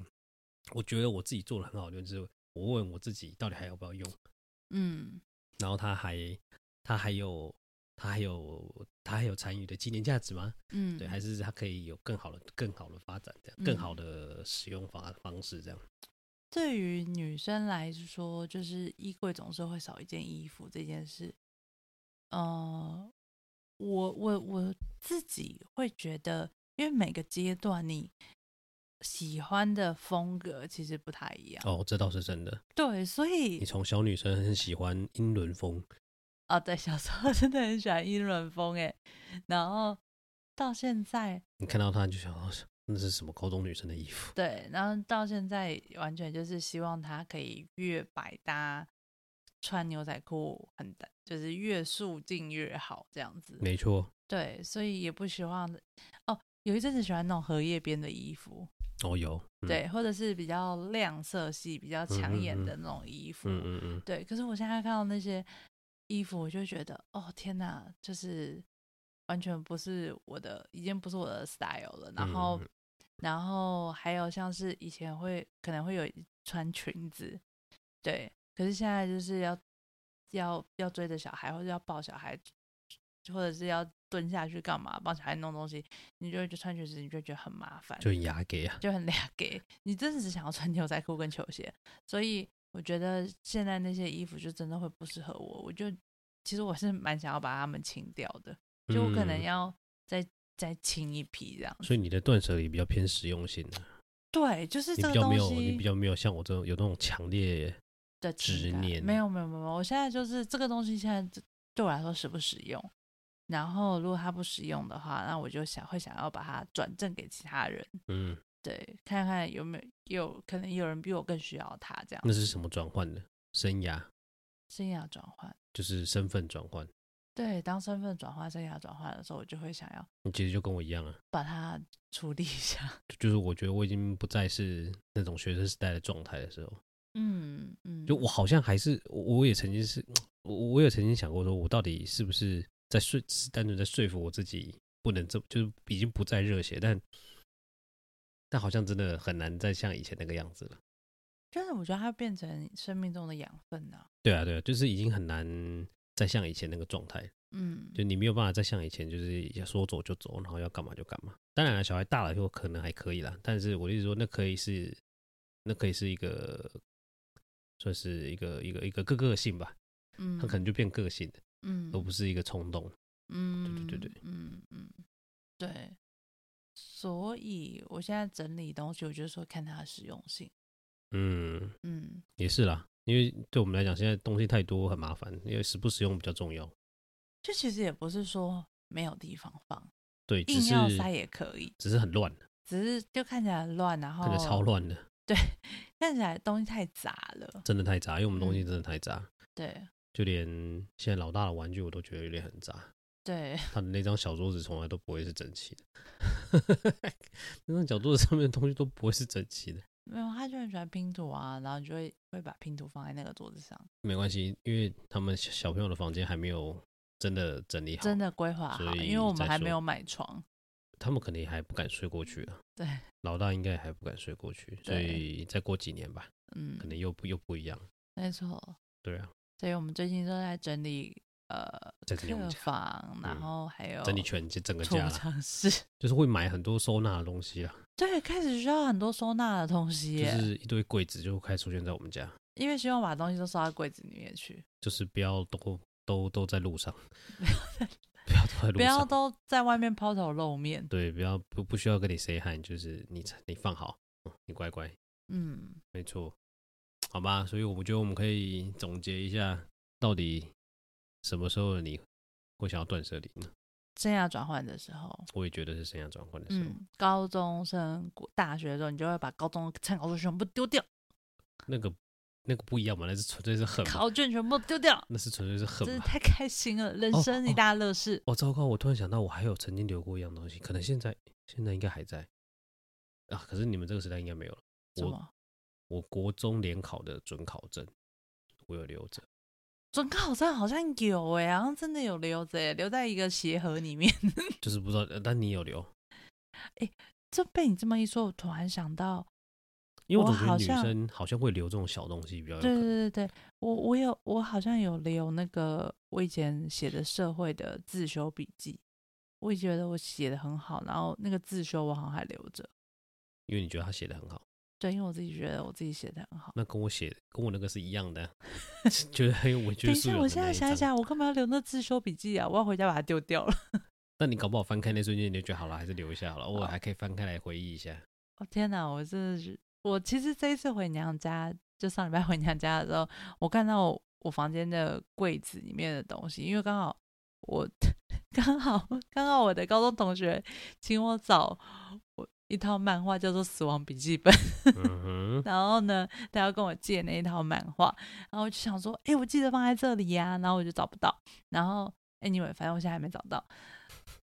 Speaker 1: 我觉得我自己做的很好，就是我问我自己到底还要不要用，
Speaker 2: 嗯
Speaker 1: 然后它还，它还有，它还有，它还有参与的纪念价值吗？
Speaker 2: 嗯，
Speaker 1: 对，还是它可以有更好的、更好的发展，这样更好的使用法方式，这样。
Speaker 2: 对于女生来说，就是衣柜总是会少一件衣服这件事，呃，我我我自己会觉得，因为每个阶段你喜欢的风格其实不太一样，
Speaker 1: 哦，这倒是真的。
Speaker 2: 对，所以
Speaker 1: 你从小女生很喜欢英伦风，
Speaker 2: 啊，对，小时候真的很喜欢英 伦风诶，然后到现在，
Speaker 1: 你看到她就想到那是什么高中女生的衣服。
Speaker 2: 对，然后到现在完全就是希望它可以越百搭，穿牛仔裤很搭，就是越素净越好这样子。
Speaker 1: 没错，
Speaker 2: 对，所以也不希望哦，有一阵子喜欢那种荷叶边的衣服，
Speaker 1: 哦有。嗯，
Speaker 2: 对，或者是比较亮色系、比较
Speaker 1: 嗯
Speaker 2: 抢
Speaker 1: 嗯
Speaker 2: 眼
Speaker 1: 嗯
Speaker 2: 的那种衣服。
Speaker 1: 嗯嗯嗯，
Speaker 2: 对，可是我现在看到那些衣服，我就觉得哦天哪，就是完全不是我的，已经不是我的 style 了。然后，
Speaker 1: 嗯
Speaker 2: 然后还有像是以前会可能会有穿裙子，对，可是现在就是要要要追着小孩，或者要抱小孩，或者是要蹲下去干嘛，帮小孩弄东西，你就会就穿裙子，你就会觉得很麻烦，
Speaker 1: 就牙给啊，
Speaker 2: 就很俩给。你真的只想要穿牛仔裤跟球鞋，所以我觉得现在那些衣服就真的会不适合我。我就其实我是蛮想要把它们清掉的，就我可能
Speaker 1: 嗯
Speaker 2: 要再、再清一批这样子。
Speaker 1: 所以你的断舍离比较偏实用性的，
Speaker 2: 对，就是
Speaker 1: 你
Speaker 2: 这
Speaker 1: 比
Speaker 2: 个
Speaker 1: 较
Speaker 2: 东
Speaker 1: 没有，你比
Speaker 2: 西
Speaker 1: 较没有像我这种有那种强烈，
Speaker 2: 的
Speaker 1: 执
Speaker 2: 情感。
Speaker 1: 念
Speaker 2: 没有没有没有，我现在就是这个东西现在就对我来说实不实用。然后如果它不实用的话，那我就想会想要把它转赠给其他人，
Speaker 1: 嗯，
Speaker 2: 对，看看有没有有可能有人比我更需要它这样。
Speaker 1: 那是什么转换的？生涯
Speaker 2: 生涯转换。
Speaker 1: 就是身份转换，
Speaker 2: 对，当身份转换、生涯转换的时候，我就会想要
Speaker 1: 你其实就跟我一样啊，
Speaker 2: 把它处理一下。
Speaker 1: 就就是我觉得我已经不再是那种学生时代的状态的时候，
Speaker 2: 嗯嗯，
Speaker 1: 就我好像还是我，我也曾经是，我我也曾经想过，说我到底是不是在说，只是单纯在说服我自己，不能这就是已经不再热血，但但好像真的很难再像以前那个样子了。
Speaker 2: 就是我觉得它变成生命中的养分呢、
Speaker 1: 对啊，对啊，就是已经很难再像以前那个状态，
Speaker 2: 嗯，
Speaker 1: 就你没有办法再像以前，就是要说走就走，然后要干嘛就干嘛。当然、了，小孩大了以后可能还可以啦，但是我的意思说，那可以是，那可以是一个，算是一个一个一个个个性吧，
Speaker 2: 嗯，
Speaker 1: 他可能就变个性的。
Speaker 2: 嗯，
Speaker 1: 而不是一个冲动。
Speaker 2: 嗯，
Speaker 1: 对对对，
Speaker 2: 嗯嗯，对。所以我现在整理东西，我就说看它的实用性。
Speaker 1: 嗯，
Speaker 2: 嗯，
Speaker 1: 也是啦，因为对我们来讲，现在东西太多很麻烦，因为实不实用比较重要。
Speaker 2: 就其实也不是说没有地方放，
Speaker 1: 对，只
Speaker 2: 硬
Speaker 1: 是
Speaker 2: 要塞也可以，
Speaker 1: 只是很乱，
Speaker 2: 只是就看起来很乱，然后
Speaker 1: 看起来超，乱的，
Speaker 2: 看起来东西太杂了。
Speaker 1: 真的太杂。因为我们东西
Speaker 2: 嗯
Speaker 1: 真的太杂，
Speaker 2: 对
Speaker 1: 就连现在老大的玩具我都觉得有点很杂。
Speaker 2: 对，
Speaker 1: 他的那张小桌子从来都不会是整齐的， 那张小桌子上面的东西都不会是整齐的。
Speaker 2: 没有，他就很喜欢拼图啊，然后你就会会把拼图放在那个桌子上，
Speaker 1: 没关系，因为他们小小朋友的房间还没有真的整理好，
Speaker 2: 真的规划
Speaker 1: 所
Speaker 2: 好，
Speaker 1: 以
Speaker 2: 因为我
Speaker 1: 再
Speaker 2: 们还没
Speaker 1: 说
Speaker 2: 有买床。
Speaker 1: 他们肯定还不敢睡过去啊。
Speaker 2: 对，
Speaker 1: 老大应该还不敢睡过去，所以再过几年吧，
Speaker 2: 嗯，
Speaker 1: 可能又不又不一样。
Speaker 2: 没错。
Speaker 1: 对啊，
Speaker 2: 所以我们最近都在整理呃
Speaker 1: 在整理我们
Speaker 2: 客
Speaker 1: 家
Speaker 2: 房，
Speaker 1: 嗯
Speaker 2: 然后还有
Speaker 1: 整理全家整个
Speaker 2: 储
Speaker 1: 家啦，
Speaker 2: 藏室。
Speaker 1: 就是会买很多收纳的东西啦，
Speaker 2: 对，开始需要很多收纳的东西
Speaker 1: 就
Speaker 2: 耶，
Speaker 1: 是一堆柜子就开始出现在我们家，
Speaker 2: 因为希望把东西都收到柜子里面去，
Speaker 1: 就是不要都都都在路上，不要都在路
Speaker 2: 不要
Speaker 1: 上，
Speaker 2: 都在外面抛头露面。
Speaker 1: 对，不要不不需要跟你 say hi，就是你你放好，嗯你乖乖，
Speaker 2: 嗯，
Speaker 1: 没错，好吧，所以我觉得我们可以总结一下，到底什么时候你会想要断舍离呢？
Speaker 2: 生涯转换的时候，
Speaker 1: 我也觉得是生涯转换的时候。
Speaker 2: 嗯，高中升大学的时候，你就会把高中的参考书全部丢掉，
Speaker 1: 那个那个不一样嘛，那是纯粹是恨嘛，
Speaker 2: 考卷全部丢掉，
Speaker 1: 那是纯粹是恨
Speaker 2: 真是
Speaker 1: 嘛。
Speaker 2: 太开心了，人
Speaker 1: 哦
Speaker 2: 生
Speaker 1: 哦
Speaker 2: 一大乐事。
Speaker 1: 哦，糟糕！我突然想到，我还有曾经留过一样东西，可能现在现在应该还在啊，可是你们这个时代应该没有了。
Speaker 2: 什
Speaker 1: 我
Speaker 2: 么？
Speaker 1: 我国中联考的准考证，我有留着，
Speaker 2: 准考证好像有哎、好像真的有留着、欸，留在一个鞋盒里面。
Speaker 1: 就是不知道，呃但你有留，
Speaker 2: 这被你这么一说，我突然想到，
Speaker 1: 因为我
Speaker 2: 我
Speaker 1: 总觉得
Speaker 2: 好
Speaker 1: 女
Speaker 2: 像
Speaker 1: 生好像会留这种小东西比呃较有可
Speaker 2: 对对
Speaker 1: 能。
Speaker 2: 对对，我我有我好像有留那个我以前写的社会的自修笔记，我也觉得我写的很好，然后那个自修我好像还留着。
Speaker 1: 因为你觉得他写的很好，
Speaker 2: 对，因为我自己觉得我自己写的很好。
Speaker 1: 那跟我写跟我那个是一样的 啊，觉得很有委
Speaker 2: 等
Speaker 1: 屈
Speaker 2: 一
Speaker 1: 素
Speaker 2: 下，
Speaker 1: 养。
Speaker 2: 我现在想一，想，我干嘛要留那自修笔记啊？我要回家把它丢掉了。
Speaker 1: 那你搞不好翻开那瞬间，你就觉得好了，还是留一下好了，我
Speaker 2: 好
Speaker 1: 还可以翻开来回忆一 下。
Speaker 2: 哦天哪，我真的是，我其实这一次回娘家，就上礼拜回娘家的时候，我看到我我房间的柜子里面的东西，因为刚好我刚好刚好我的高中同学请我找我一套漫画叫做《死亡笔记本》，
Speaker 1: 嗯哼，
Speaker 2: 然后呢，他要跟我借那一套漫画，然后我就想说，哎、我记得放在这里呀、然后我就找不到，然后 anyway，反正我现在还没找到。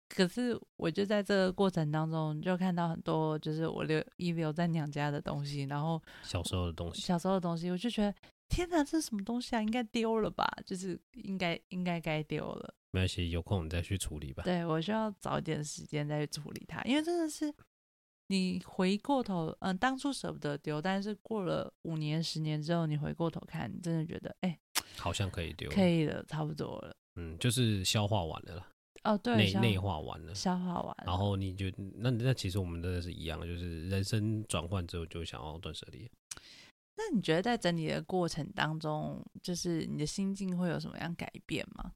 Speaker 2: 可是我就在这个过程当中，就看到很多就是我留遗留在娘家的东西，然后
Speaker 1: 小时候的东西。
Speaker 2: 小时候的东西，我就觉得天哪，这是什么东西啊？应该丢了吧？就是应该应该该丢了。
Speaker 1: 没关系，有空我们再去处理吧。
Speaker 2: 对我需要早一点时间再去处理它，因为真的是你回过头，嗯，当初舍不得丢，但是过了五年、十年之后，你回过头看，你真的觉得，哎、
Speaker 1: 好像可以丢，
Speaker 2: 可以了，差不多了。
Speaker 1: 嗯，就是消化完了啦，
Speaker 2: 哦，对，
Speaker 1: 内
Speaker 2: 消
Speaker 1: 内化完了，
Speaker 2: 消化完
Speaker 1: 然后你就那那其实我们真的是一样的，就是人生转换之后就想要断舍离。
Speaker 2: 那你觉得在整理的过程当中，就是你的心境会有什么样改变吗？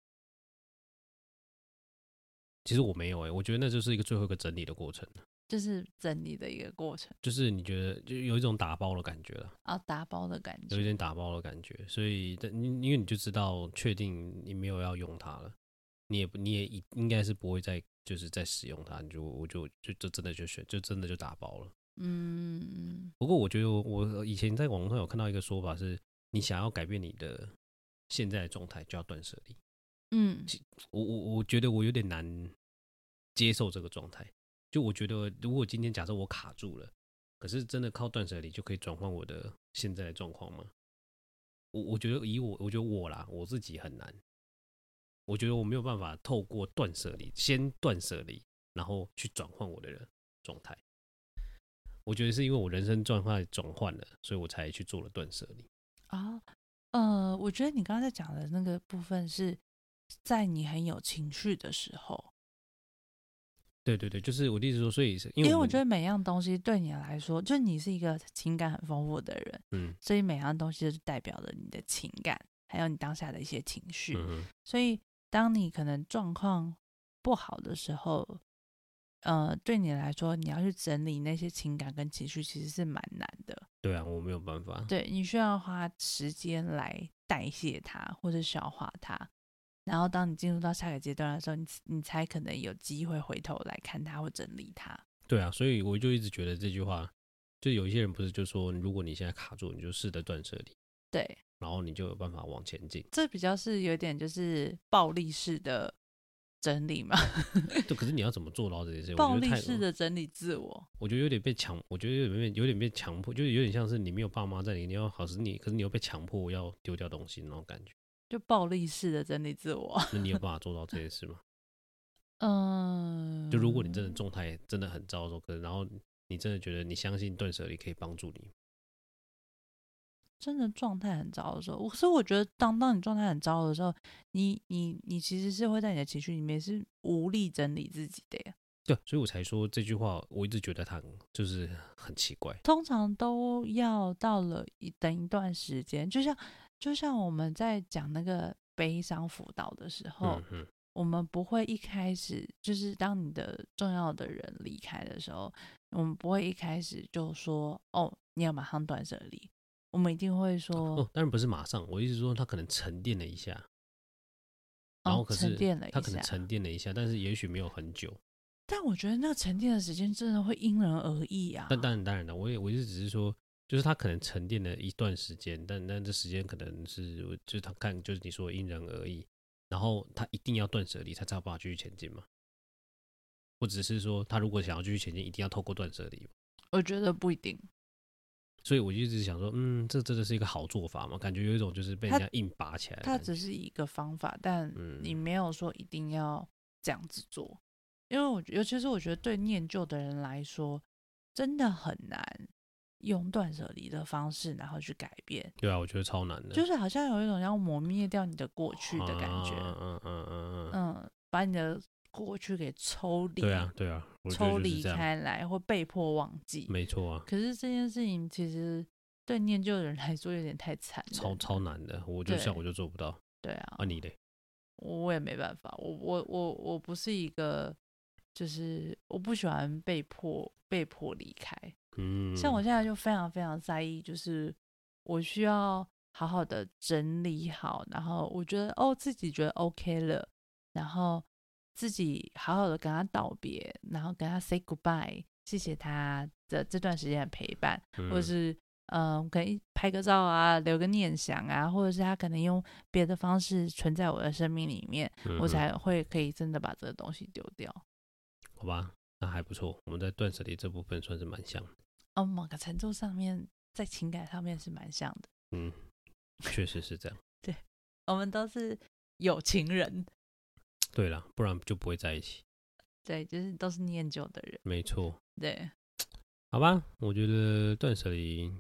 Speaker 1: 其实我没有哎、我觉得那就是一个最后一个整理的过程，
Speaker 2: 就是整理的一个过程
Speaker 1: 就是你觉得就有一种打包的感觉了，
Speaker 2: 啊，打包的感
Speaker 1: 有一
Speaker 2: 觉，
Speaker 1: 点打包的感觉，所以但因因为你就知道确定你没有要用它了，你也不你也一应该是不会再就是再使用它，你就我就就就真的就选就真的就打包了。
Speaker 2: 嗯，
Speaker 1: 不过我觉得我我以前在网络上有看到一个说法是，你想要改变你的现在的状态，就要断舍离。
Speaker 2: 嗯，
Speaker 1: 我我我觉得我有点难接受这个状态。就我觉得，如果今天假设我卡住了，可是真的靠断舍离就可以转换我的现在的状况吗？我我觉得以我，我觉得我啦，我自己很难。我觉得我没有办法透过断舍离，先断舍离，然后去转换我的状态。我觉得是因为我人生状态转换了，所以我才去做了断舍离。
Speaker 2: 啊，呃，我觉得你刚刚在讲的那个部分是在你很有情绪的时候，
Speaker 1: 对对对，就是我的意思说，所以是因
Speaker 2: 因
Speaker 1: 为
Speaker 2: 为我
Speaker 1: 们
Speaker 2: 觉得，每样东西对你来说，就你是一个情感很丰富的人，
Speaker 1: 嗯
Speaker 2: 所以每样东西就是代表了你的情感，还有你当下的一些情绪。
Speaker 1: 嗯哼
Speaker 2: 所以，当你可能状况不好的时候，呃，对你来说，你要去整理那些情感跟情绪，其实是蛮难的。
Speaker 1: 对啊，我没有办法。
Speaker 2: 对你需要花时间来代谢它或者消化它，然后当你进入到下个阶段的时候，你你才可能有机会回头来看它或整理它。
Speaker 1: 对啊，所以我就一直觉得这句话，就有一些人不是就说，如果你现在卡住，你就试着断舍离，
Speaker 2: 对，
Speaker 1: 然后你就有办法往前进。
Speaker 2: 这比较是有点就是暴力式的整理嘛，
Speaker 1: 对，可是你要怎么做到这件事？
Speaker 2: 暴
Speaker 1: 我觉
Speaker 2: 力
Speaker 1: 得
Speaker 2: 式
Speaker 1: 太，嗯
Speaker 2: 的整理自我。
Speaker 1: 我觉得有点被强，我觉得有点被有点被强迫，就是有点像是你没有爸妈在你，你要好是你，可是你又被强迫要丢掉东西那种感觉。
Speaker 2: 就暴力式的整理自我，
Speaker 1: 那你有办法做到这件事吗？
Speaker 2: 嗯，
Speaker 1: 就如果你真的状态真的很糟的时候，可能然后你真的觉得你相信断舍离可以帮助你，
Speaker 2: 真的状态很糟的时候，我可是我觉得当当你状态很糟的时候，你你你其实是会在你的情绪里面是无力整理自己的耶。
Speaker 1: 对，啊所以我才说这句话，我一直觉得它很就是很奇怪。
Speaker 2: 通常都要到了一等一段时间，就像就像我们在讲那个悲伤辅导的时候，
Speaker 1: 嗯嗯，
Speaker 2: 我们不会一开始就是当你的重要的人离开的时候，我们不会一开始就说哦，你要马上断舍离，我们一定会说
Speaker 1: 哦，当然不是马上，我意思说他可能沉淀了一下，然后
Speaker 2: 哦，
Speaker 1: 可
Speaker 2: 沉
Speaker 1: 是
Speaker 2: 淀了
Speaker 1: 他
Speaker 2: 一
Speaker 1: 可能
Speaker 2: 下。
Speaker 1: 沉淀了一下，但是也许没有很久。
Speaker 2: 但我觉得那个沉淀的时间真的会因人而异啊。
Speaker 1: 但当然当然了，我也我意思只是说，就是他可能沉淀了一段时间，但但这时间可能是就是他看就是你说因人而异，然后他一定要断舍离，他才有办法继续前进嘛。或者是说，他如果想要继续前进，一定要透过断舍离嘛。
Speaker 2: 我觉得不一定，
Speaker 1: 所以我就一直想说，嗯，这真的是一个好做法嘛？感觉有一种就是被人
Speaker 2: 他
Speaker 1: 家硬拔起来的
Speaker 2: 它
Speaker 1: 感觉。
Speaker 2: 只是一个方法，但
Speaker 1: 嗯
Speaker 2: 你没有说一定要这样子做，因为我觉尤其是我觉得对念旧的人来说，真的很难用断舍离的方式然后去改变，
Speaker 1: 对啊，我觉得超难的，
Speaker 2: 就是好像有一种要磨灭掉你的过去的感觉，
Speaker 1: 啊嗯嗯嗯嗯嗯
Speaker 2: 嗯，把你的过去给抽离，
Speaker 1: 对啊，对啊，我觉得就
Speaker 2: 抽
Speaker 1: 是
Speaker 2: 离
Speaker 1: 这样，
Speaker 2: 开来，或被迫忘记，
Speaker 1: 没错啊，
Speaker 2: 可是这件事情其实对念旧的人来说有点太惨了，
Speaker 1: 超超难的，我就像
Speaker 2: 对
Speaker 1: 我就做不到
Speaker 2: 对啊，
Speaker 1: 啊，你嘞，
Speaker 2: 我也没办法，我我我我不是一个，就是我不喜欢被迫被迫离开，
Speaker 1: 嗯，
Speaker 2: 像我现在就非常非常在意，就是我需要好好的整理好，然后我觉得哦自己觉得 OK 了，然后自己好好的跟他道别，然后跟他 say goodbye，谢谢他的这段时间的陪伴，或者
Speaker 1: 嗯
Speaker 2: 是嗯、呃可以拍个照啊，留个念想啊，或者是他可能用别的方式存在我的生命里面，
Speaker 1: 嗯
Speaker 2: 我
Speaker 1: 哼
Speaker 2: 才会可以真的把这个东西丢掉。
Speaker 1: 好吧，那还不错，我们在断舍离这部分算是蛮像的，
Speaker 2: 哦，某个程度上面，在情感上面是蛮像的。
Speaker 1: 嗯，确实是这样。
Speaker 2: 我们都是有情人，
Speaker 1: 对啦，不然就不会在一起。
Speaker 2: 对，就是都是念旧的人，
Speaker 1: 没错，
Speaker 2: 对，
Speaker 1: 好吧，我觉得断舍离，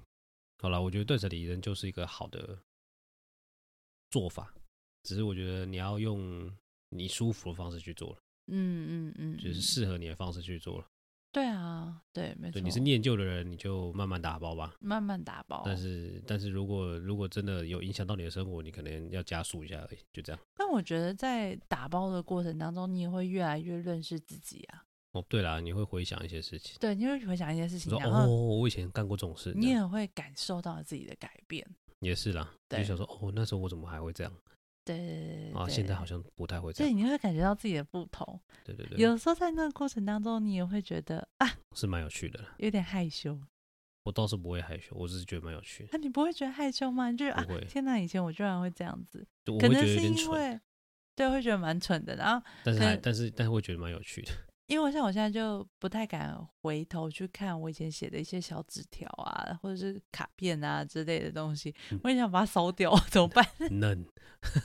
Speaker 1: 好了，我觉得断舍离仍旧是一个好的做法，只是我觉得你要用你舒服的方式去做了，
Speaker 2: 嗯嗯嗯，
Speaker 1: 就是
Speaker 2: 嗯
Speaker 1: 适合你的方式去做了。
Speaker 2: 对啊，对，没错，
Speaker 1: 对，你是念旧的人，你就慢慢打包吧。
Speaker 2: 慢慢打包，
Speaker 1: 但是，但是如果如果真的有影响到你的生活，你可能要加速一下而已，就这样。
Speaker 2: 但我觉得在打包的过程当中，你也会越来越认识自己啊。
Speaker 1: 哦，对啦，你会回想一些事情，
Speaker 2: 对，你会回想一些事
Speaker 1: 你
Speaker 2: 情
Speaker 1: 说，
Speaker 2: 然
Speaker 1: 哦，
Speaker 2: 后
Speaker 1: 我以前干过这种事，
Speaker 2: 你
Speaker 1: 这样
Speaker 2: 也会感受到自己的改变。
Speaker 1: 也是啦，就
Speaker 2: 对
Speaker 1: 想说，哦，那时候我怎么还会这样
Speaker 2: 对对对对对
Speaker 1: 啊？
Speaker 2: 对
Speaker 1: 现在好像不太会这
Speaker 2: 所以
Speaker 1: 样。
Speaker 2: 你会感觉到自己的不同。
Speaker 1: 对对对，
Speaker 2: 有时候在那个过程当中，你也会觉得啊，
Speaker 1: 是蛮有趣的啦。
Speaker 2: 有点害羞。啊
Speaker 1: 我倒是不会害羞，我只是觉得蛮有趣的。
Speaker 2: 那、你不会觉得害羞吗？你就觉得啊
Speaker 1: 不会，
Speaker 2: 天哪，以前我居然会这样子，
Speaker 1: 就我
Speaker 2: 可
Speaker 1: 会
Speaker 2: 能
Speaker 1: 觉得有
Speaker 2: 是
Speaker 1: 点
Speaker 2: 因
Speaker 1: 蠢，
Speaker 2: 为对，会觉得蛮蠢的。然后，
Speaker 1: 但是还
Speaker 2: 可
Speaker 1: 但是但是会觉得蛮有 趣的。
Speaker 2: 因为像我现在就不太敢回头去看我以前写的一些小纸条啊，或者是卡片啊之类的东西
Speaker 1: 嗯，
Speaker 2: 我也想把它烧 掉，怎么办？
Speaker 1: 嫩。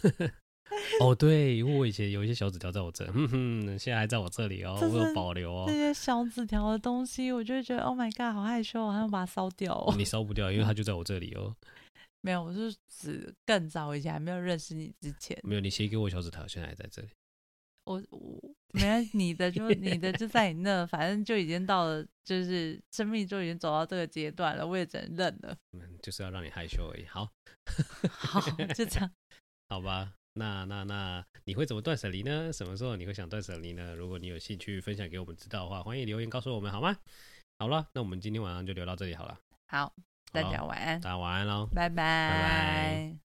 Speaker 1: 哦，对，因为我以前有一些小纸条在我这，哼哼，现在还在我这里哦，
Speaker 2: 这
Speaker 1: 我有
Speaker 2: 是
Speaker 1: 保留哦
Speaker 2: 那。些小纸条的东西，我就会觉得 Oh my god，好害羞，我还要把它烧掉、哦。
Speaker 1: 你烧不掉，因为它就在我这里哦。
Speaker 2: 没有，我是指更早以前还没有认识你之前，
Speaker 1: 没有，你写给我的小纸条现在还在这里。
Speaker 2: 我我没关系你的就你的就在你那，反正就已经到了，就是生命就已经走到这个阶段了，我也只能认了。
Speaker 1: 嗯，就是要让你害羞而已。好，
Speaker 2: 好，就这样。
Speaker 1: 好吧，那那那你会怎么断舍离呢？什么时候你会想断舍离呢？如果你有兴趣分享给我们知道的话，欢迎留言告诉我们好吗？好了，那我们今天晚上就聊到这里好了，
Speaker 2: 好，大
Speaker 1: 好
Speaker 2: 家晚安，
Speaker 1: 大家晚安喽。
Speaker 2: 拜拜
Speaker 1: 拜